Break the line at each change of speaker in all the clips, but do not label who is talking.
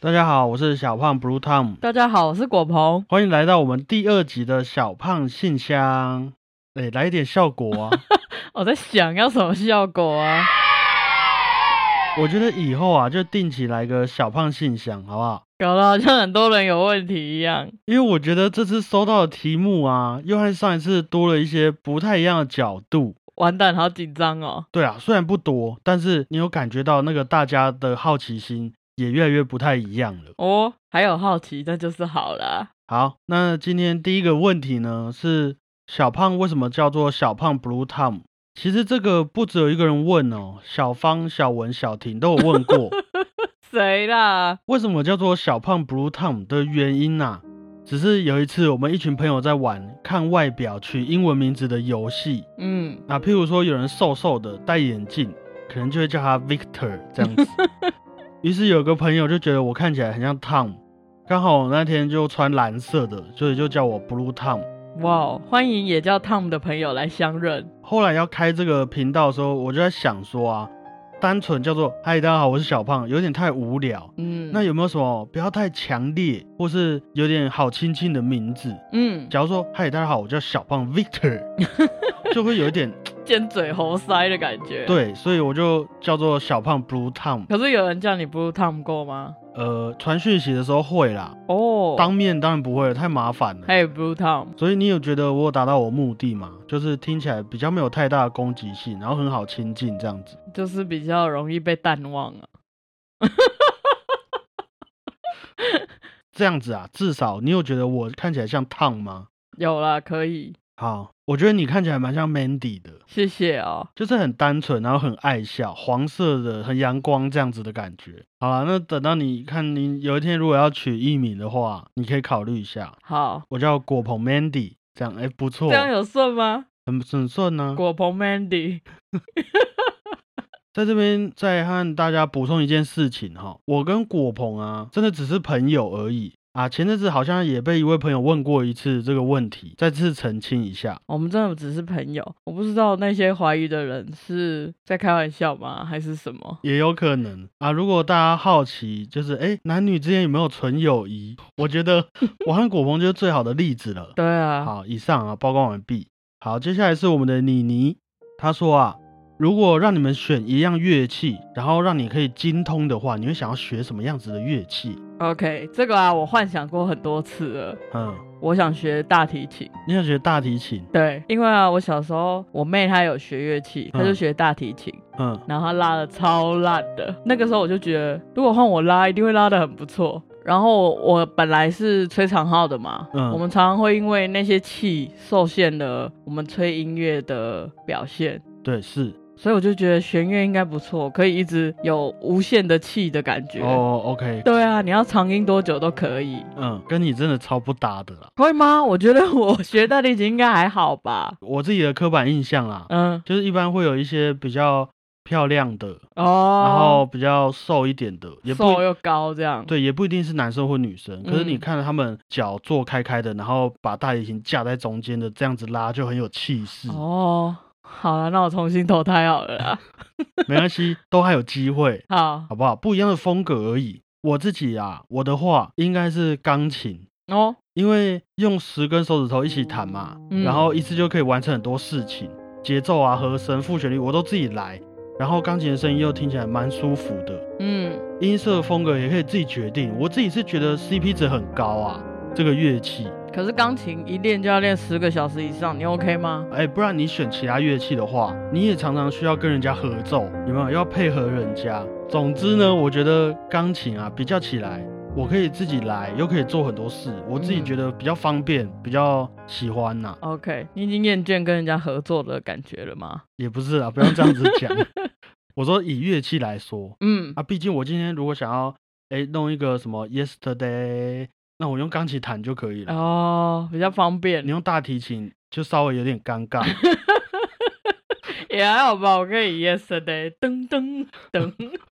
大家好，我是小胖 Blue Tom，
大家好，我是果鹏。
欢迎来到我们第二集的小胖信箱。哎，来一点效果啊！
我在想要什么效果啊？
我觉得以后啊，就定期来个小胖信箱，好不好？
搞得好像很多人有问题一样。
因为我觉得这次收到的题目啊，又和上一次多了一些不太一样的角度。
完蛋，好紧张哦！
对啊，虽然不多，但是你有感觉到那个大家的好奇心也越来越不太一样了。
哦，还有好奇，那就是好啦。
好，那今天第一个问题呢是小胖为什么叫做小胖 Blue Tom？其实这个不只有一个人问哦，小芳、小文、小婷都有问过，
谁啦？
为什么叫做小胖 Blue Tom 的原因呐、只是有一次我们一群朋友在玩看外表取英文名字的游戏，
嗯，
啊，譬如说有人瘦瘦的，戴眼镜，可能就会叫他 Victor 这样子。于是有个朋友就觉得我看起来很像 Tom，刚好我那天就穿蓝色的，所以就叫我 Blue Tom。
哇，哦欢迎也叫 Tom 的朋友来相认。
后来要开这个频道的时候，我就在想说啊，单纯叫做“嗨，大家好，我是小胖”有点太无聊。
嗯，
那有没有什么不要太强烈，或是有点好亲近的名字？
嗯，
假如说“嗨，大家好，我叫小胖 Victor”，就会有一点
尖嘴猴腮的感觉。，
对，所以我就叫做小胖 Blue Tom。
可是有人叫你 Blue Tom 过吗？
呃，传讯息的时候会啦，
哦，
当面当然不会了，太麻烦了。
还有 Blue Tom，
所以你有觉得我有达到我目的吗？就是听起来比较没有太大的攻击性，然后很好亲近这样子。
就是比较容易被淡忘啊。
这样子啊，至少你有觉得我看起来像烫吗？
有啦，可以，
好，我觉得你看起来蛮像 Mandy 的，
谢谢哦。
就是很单纯，然后很爱笑，黄色的，很阳光这样子的感觉。好啦，那等到你看你有一天如果要取艺名的话，你可以考虑一下。
好，
我叫果鹏 Mandy，这样哎、不错
这，样有顺吗？
很很顺啊呢、
果鹏 Mandy，
在这边再和大家补充一件事情哈，我跟果鹏啊，真的只是朋友而已啊。前阵子好像也被一位朋友问过一次这个问题，再次澄清一下。
我们真的只是朋友，我不知道那些怀疑的人是在开玩笑吗，还是什么？
也有可能啊，如果大家好奇，就是哎、诶男女之间有没有纯友谊？我觉得我和果鹏就是最好的例子了。
对啊，
好，以上啊，曝光完毕。好，接下来是我们的妮妮，她说啊，如果让你们选一样乐器，然后让你可以精通的话，你会想要学什么样子的乐器？
OK，这个啊，我幻想过很多次了。
嗯，
我想学大提琴，
你想学大提琴？
对，因为啊，我小时候我妹她有学乐器，她就
嗯
学大提琴，
嗯，
然后她拉的超烂的。那个时候我就觉得，如果换我拉，一定会拉的很不错。然后我本来是吹长号的嘛，
嗯
我们常常会因为那些气受限了我们吹音乐的表现。
对，是。
所以我就觉得弦乐应该不错，可以一直有无限的气的感觉。
哦，OK，
对啊，你要长音多久都可以，
嗯，跟你真的超不搭的啦。
会吗？ 我觉得我学大提琴应该还好吧。
我自己的刻板印象啦，
嗯，
就是一般会有一些比较漂亮的，
哦，
然后比较瘦一点的，也不
瘦又高这样。
对，也不一定是男生或女生。可是你
嗯
看他们脚做开开的，然后把大提琴架在中间的，这样子拉就很有气势。
哦，好了，那我重新投胎好 了啦。
没关系，都还有机会，
好
好不好？不一样的风格而已。我自己啊，我的话应该是钢琴，
哦，
因为用十根手指头一起弹嘛，
嗯
然后一次就可以完成很多事情，节奏啊、和声、副旋律我都自己来，然后钢琴的声音又听起来蛮舒服的。
嗯，
音色风格也可以自己决定。我自己是觉得 CP 值很高啊，这个乐器。
可是钢琴一练就要练十个小时以上，你 OK 吗？
哎，不然你选其他乐器的话，你也常常需要跟人家合奏，有没有？要配合人家。总之呢，我觉得钢琴啊，比较起来，我可以自己来，又可以做很多事，我自己
嗯
觉得比较方便，比较喜欢呐、
OK，你已经厌倦跟人家合作的感觉了吗？
也不是啊，不要这样子讲。我说以乐器来说
嗯，
啊，毕竟我今天如果想要哎弄一个什么 Yesterday，那我用钢琴弹就可以了。
哦，比较方便
你。用大提琴就稍微有点尴尬，
也还好吧，我可以 yesterday 噔噔噔，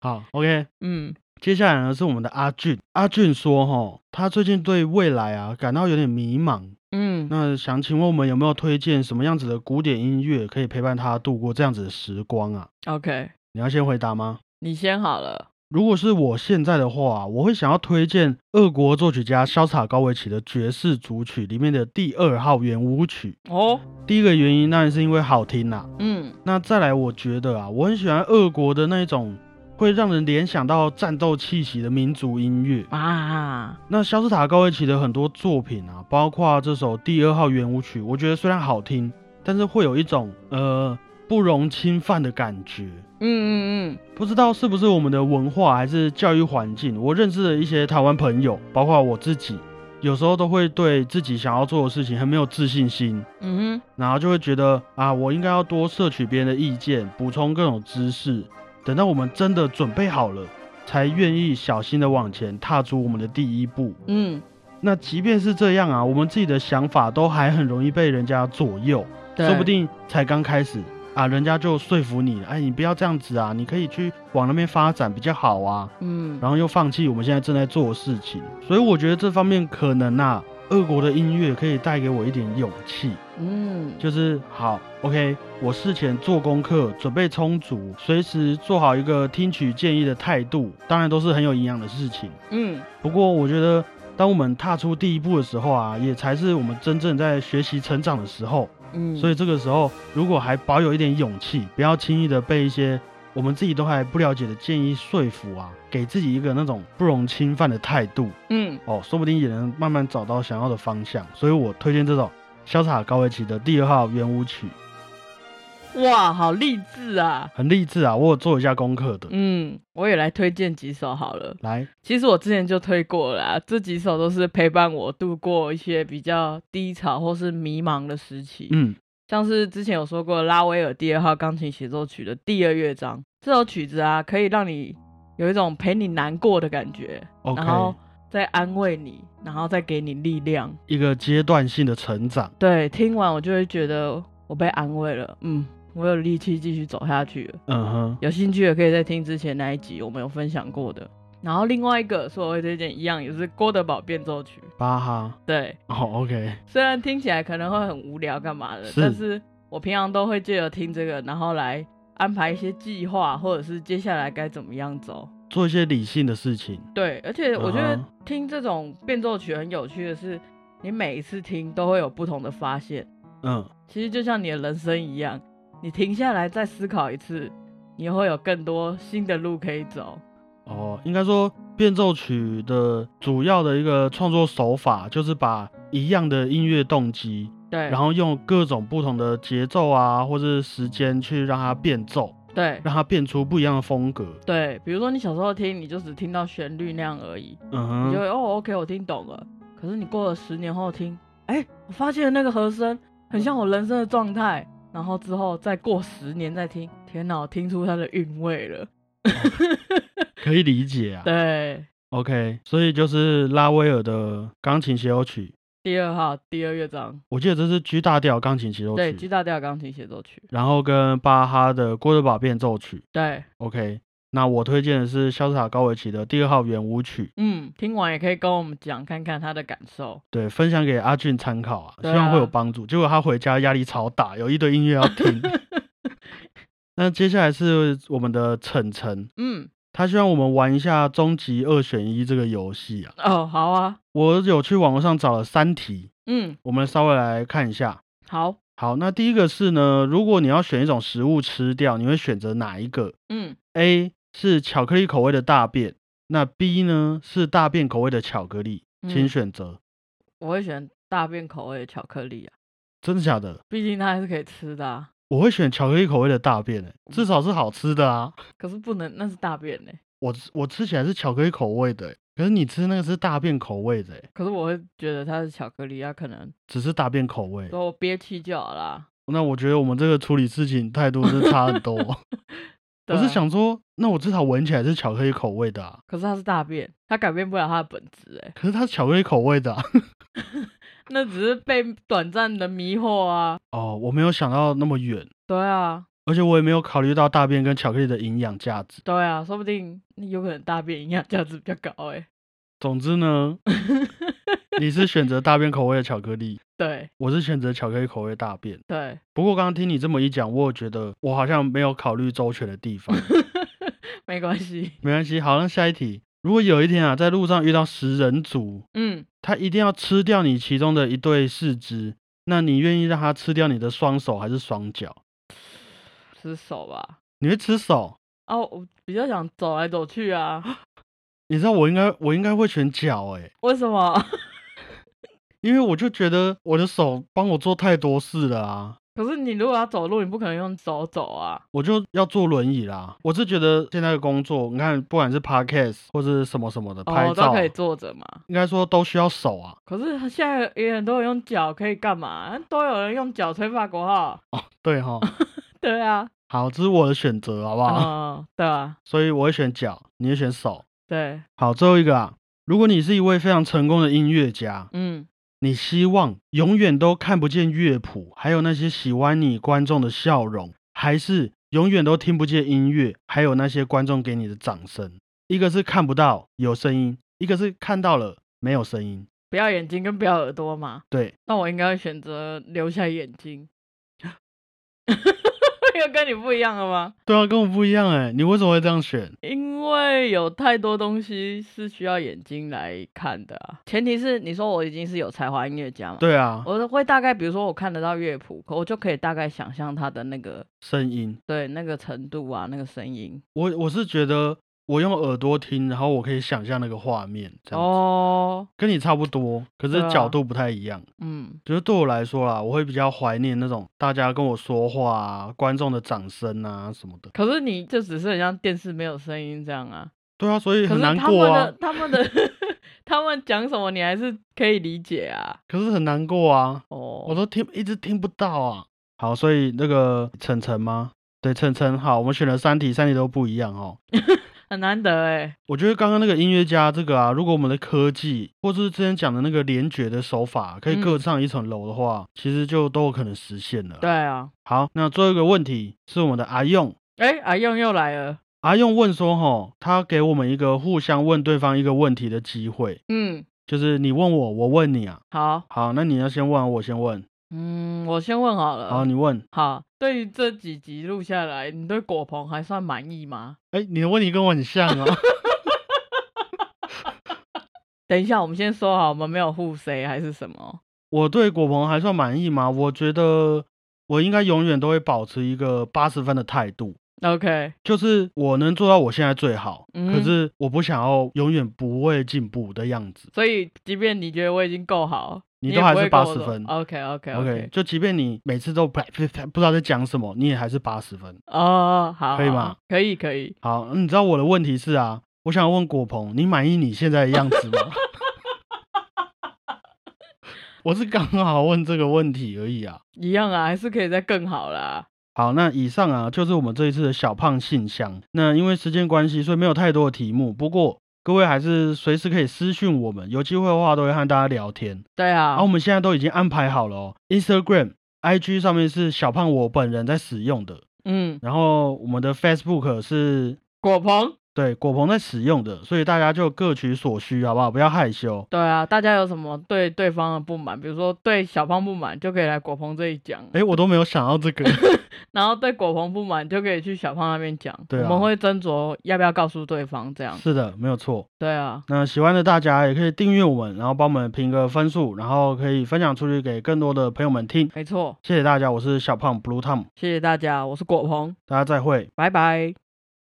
好，OK。
嗯，
接下来呢是我们的阿俊，阿俊说哈，他最近对未来啊感到有点迷茫，
嗯，
那想请问我们有没有推荐什么样子的古典音乐可以陪伴他度过这样子的时光啊？
OK，
你要先回答吗？
你先好了。
如果是我现在的话，啊我会想要推荐俄国作曲家肖塔高维奇的爵士组曲里面的第二号圆舞曲。
哦，
第一个原因当然是因为好听啊啦、
嗯，
那再来，我觉得啊，我很喜欢俄国的那种会让人联想到战斗气息的民族音乐。
啊，
那肖斯塔高维奇的很多作品啊，包括这首第二号圆舞曲，我觉得虽然好听，但是会有一种呃不容侵犯的感觉。
嗯嗯
不知道是不是我们的文化还是教育环境，我认识的一些台湾朋友，包括我自己，有时候都会对自己想要做的事情很没有自信心，
嗯嗯
然后就会觉得啊，我应该要多摄取别人的意见，补充各种知识。等到我们真的准备好了，才愿意小心的往前踏出我们的第一步。
哼，嗯，
那即便是这样啊，我们自己的想法都还很容易被人家左右，
对
说不定才刚开始啊，人家就说服你了，哎，你不要这样子啊，你可以去往那边发展比较好啊，
嗯，
然后又放弃我们现在正在做的事情。所以我觉得这方面可能啊，俄国的音乐可以带给我一点勇气，
嗯，
就是好，OK，我事前做功课，准备充足，随时做好一个听取建议的态度，当然都是很有营养的事情。
嗯，
不过我觉得，当我们踏出第一步的时候啊，也才是我们真正在学习成长的时候。
嗯，
所
以，
以这个时候，如果还保有一点勇气，不要轻易的被一些我们自己都还不了解的建议说服啊，给自己一个那种不容侵犯的态度
嗯，
哦，说不定也能慢慢找到想要的方向。所以我推荐这首潇洒高维奇的第二号圆舞曲，
哇，好励志啊！
很励志啊，我有做一下功课的。
嗯，我也来推荐几首好了。
来，
其实我之前就推过了啦，这几首都是陪伴我度过一些比较低潮或是迷茫的时期。
嗯，
像是之前有说过拉威尔第二号钢琴协奏曲的第二乐章，这首曲子啊，可以让你有一种陪你难过的感觉
OK
然后再安慰你，然后再给你力量。
一个阶段性的成长。
对，听完我就会觉得我被安慰了，嗯，我有力气继续走下去了。
嗯哼，
有兴趣的可以再听之前那一集，我们有分享过的。然后另外一个是我会推荐一样，也是郭德堡变奏曲。
巴哈。
对，
哦，OK，
虽然听起来可能会很无聊干嘛的，
是
但是我平常都会借由听这个，然后来安排一些计划，或者是接下来该怎么样走。
做一些理性的事情。
对，而且我
嗯
觉得
哼
听这种变奏曲很有趣的是，你每一次听都会有不同的发现。
嗯，
其实就像你的人生一样，你停下来再思考一次，你会有更多新的路可以走。
哦，应该说变奏曲的主要的一个创作手法就是把一样的音乐动机，
对，
然后用各种不同的节奏啊，或是时间去让它变奏，
对
让它变出不一样的风格。
对，比如说你小时候听，你就只听到旋律那样而已，你
嗯哼，
就会哦，OK，我听懂了。可是你过了十年后听，哎，我发现那个和声
嗯
很像我人生的状态。然后之后再过十年再听，天哪，我听出它的韵味了。
可以理解啊。
对，
OK，所以就是拉威尔的钢琴协奏曲，
第二号第二乐章，
我记得这是 G 大调钢琴协奏
对，G
曲，
大调钢琴协奏曲，
然后跟巴哈的郭德堡变奏曲。
对，
OK，那我推荐的是肖斯塔高维奇的第二号圆舞曲。
嗯，听完也可以跟我们讲看看他的感受。
对，分享给阿俊参考啊，希
对
望会有
啊
帮助。结果他回家压力超大，有一堆音乐要听。 那接下来是我们的晨晨，
嗯，
他希望我们玩一下终极二选一这个游戏啊。
哦，好啊，
我有去网络上找了三题，
嗯，
我们稍微来看一下。
好，
好，那第一个是呢，如果你要选一种食物吃掉，你会选择哪一个
嗯
？A 是巧克力口味的大便，那 B 呢是大便口味的巧克力，请
嗯
选择。
我会选大便口味的巧克力啊，
真的假的？
毕竟它还是可以吃的啊。
我会选巧克力口味的大便、欸，至少是好吃的啊。
可是不能，那是大便呢、
我吃我吃起来是巧克力口味的欸、可是你吃那个是大便口味的欸、
可是我会觉得它是巧克力，它可能
只是大便口味。
说我憋气就好啦。
那我觉得我们这个处理事情态度是差很 多。
对
我是
啊，
想说，那我至少闻起来是巧克力口味的啊，
可是它是大便，它改变不了它的本质哎、
可是它是巧克力口味的、啊。
那只是被短暂的迷惑啊。
哦，我没有想到那么远，
对啊，
而且我也没有考虑到大便跟巧克力的营养价值。
对啊，说不定有可能大便营养价值比较高哎、
总之呢，你是选择大便口味的巧克力，
对
我是选择巧克力口味的大便。
对，
不过刚刚听你这么一讲，我有觉得我好像没有考虑周全的地方。
没关系。
没关系，好，那下一题。如果有一天啊，在路上遇到食人族，
嗯，
他一定要吃掉你其中的一对四肢，那你愿意让他吃掉你的双手还是双脚？
吃手吧。
你会吃手？
哦、我比较想走来走去啊。
你知道我应该我应该会选脚诶、
为什么？
因为我就觉得我的手帮我做太多事了啊，
可是你如果要走路，你不可能用手走啊。
我就要坐轮椅啦。我是觉得现在的工作，你看不管是 podcast 或是什么什么的拍
哦，
照
都
啊，
可以坐着嘛。
应该说都需要手啊。
可是现在也很多人用脚，可以干嘛？都有人用脚吹法国号。
对 哈，
对啊，
好，这是我的选择，好不
嗯、
好？
对啊，
所以我会选脚，你会选手。
对，
好，最后一个啊，如果你是一位非常成功的音乐家，
嗯，
你希望永远都看不见乐谱，还有那些喜欢你观众的笑容，还是永远都听不见音乐，还有那些观众给你的掌声？一个是看不到有声音，一个是看到了没有声音。
不要眼睛跟不要耳朵嘛。
对，
那我应该会选择留下眼睛。 又跟你不一样了吗？
对啊，跟我不一样哎，你为什么会这样选？
因为有太多东西是需要眼睛来看的啊。前提是你说我已经是有才华音乐家嘛，
对啊，
我会大概比如说我看得到乐谱，可我就可以大概想象他的那个
声音，
对那个程度啊，那个声音。
我我是觉得我用耳朵听，然后我可以想象那个画面，这样子、
哦，
跟你差不多，可是
对啊
角度不太一样。
嗯，
就是对我来说啦，我会比较怀念那种大家跟我说话啊、观众的掌声啊什么的。
可是你就只是很像电视没有声音这样啊。
对啊，所以
可
很
是
难
他
过
们
啊
的， 他们的他们讲什么，你还是可以理解啊。
可是很难过啊，
哦，
我都听一直听不到啊。好，所以那个晨晨吗？对，晨晨，好，我们选了三题，三题都不一样哦。
很难得哎。
我觉得刚刚那个音乐家这个啊，如果我们的科技或是之前讲的那个联觉的手法可以各
嗯
上一层楼的话，其实就都有可能实现了。
对啊，
好，那最后一个问题是我们的阿用，
哎，阿用又来了。
阿用问说：“吼，他给我们一个互相问对方一个问题的机会，
嗯，
就是你问我，我问你啊。
好，
好，那你要先问，我先问。
嗯，我先问好了。
好，你问。
好，对于这几集录下来，你对果鹏还算满意吗？
哎，你的问题跟我很像啊。
等一下，我们先说好，我们没有互 C 还是什么？
我对果鹏还算满意吗？我觉得我应该永远都会保持一个八十分的态度，
OK，
就是我能做到我现在最好，可
嗯
是我不想要永远不会进步的样子。
所以即便你觉得我已经够好，
你
你
都
也
还
不
是
会跟我
80
说
分
OK OK
OK，就即便你每次都不不不知道在讲什么，你也还是八十分。
哦，好，
可以
好
吗？
可以可以。
好，你知道我的问题是啊，我想问果鹏，你满意你现在的样子吗？ 我是刚好问这个问题而已啊。
一样啊，还是可以再更好啦。
好，那以上啊就是我们这一次的小胖信箱。那因为时间关系，所以没有太多的题目。不过各位还是随时可以私讯我们，有机会的话都会和大家聊天。
对啊，
然后、我们现在都已经安排好了哦，Instagram、IG 上面是小胖我本人在使用的，
嗯，
然后我们的 Facebook 是
果鹏，
对，果鹏在使用的，所以大家就各取所需，好不好？不要害羞。
对啊，大家有什么对对方的不满，比如说对小胖不满，就可以来果鹏这里讲，
哎，我都没有想到这个。
然后对果鹏不满就可以去小胖那边讲，
对啊
我们会斟酌要不要告诉对方这样。
是的，没有错。
对啊，
那喜欢的大家也可以订阅我们，然后帮我们评个分数，然后可以分享出去给更多的朋友们听。
没错，
谢谢大家，我是小胖 Blue Tom，
谢谢大家，我是果鹏，
大家再会。
拜拜。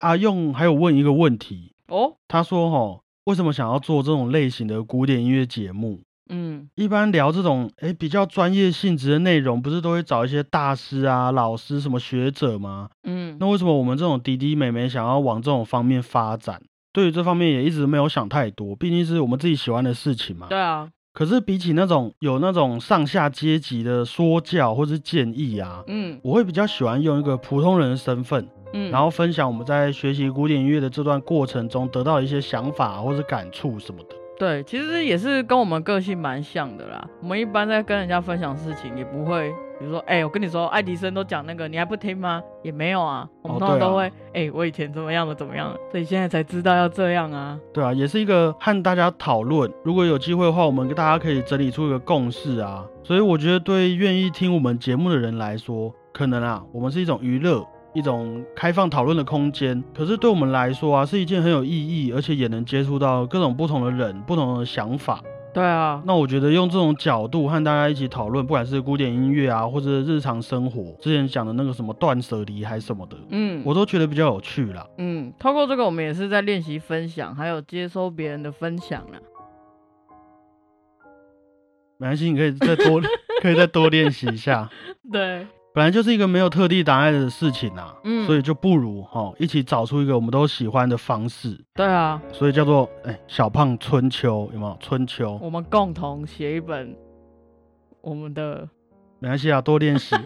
阿用还有问一个问题，
哦，
他说吼，为什么想要做这种类型的古典音乐节目？
嗯，
一般聊这种诶比较专业性质的内容，不是都会找一些大师啊、老师、什么学者吗？
嗯，
那为什么我们这种弟弟妹妹想要往这种方面发展？对于这方面也一直没有想太多，毕竟是我们自己喜欢的事情嘛。
对啊，
可是比起那种有那种上下阶级的说教或是建议啊，
嗯
我会比较喜欢用一个普通人的身份，
嗯，
然后分享我们在学习古典音乐的这段过程中得到的一些想法或是感触什么的。
对，其实也是跟我们个性蛮像的啦。我们一般在跟人家分享事情，也不会，比如说，哎、我跟你说，爱迪生都讲那个，你还不听吗？也没有啊，我们
哦
通常
对啊
都会，哎、我以前怎么样了，怎么样了，所以现在才知道要这样啊。
对啊，也是一个和大家讨论。如果有机会的话，我们大家可以整理出一个共识啊。所以我觉得，对愿意听我们节目的人来说，可能啊，我们是一种娱乐，一种开放讨论的空间。可是对我们来说啊，是一件很有意义，而且也能接触到各种不同的人、不同的想法。
对啊，
那我觉得用这种角度和大家一起讨论，不管是古典音乐啊，或者日常生活，之前讲的那个什么断舍离还是什么的，
嗯，
我都觉得比较有趣啦。
嗯，透过这个，我们也是在练习分享，还有接收别人的分享啊。
没关系，你可以再多 可以再多练习一下。
对，
本来就是一个没有特定答案的事情啊，
嗯
所以就不如哈、哦一起找出一个我们都喜欢的方式，
对啊，
所以叫做哎、小胖春秋有没有？春秋
我们共同写一本我们的
没关系啊，多练习。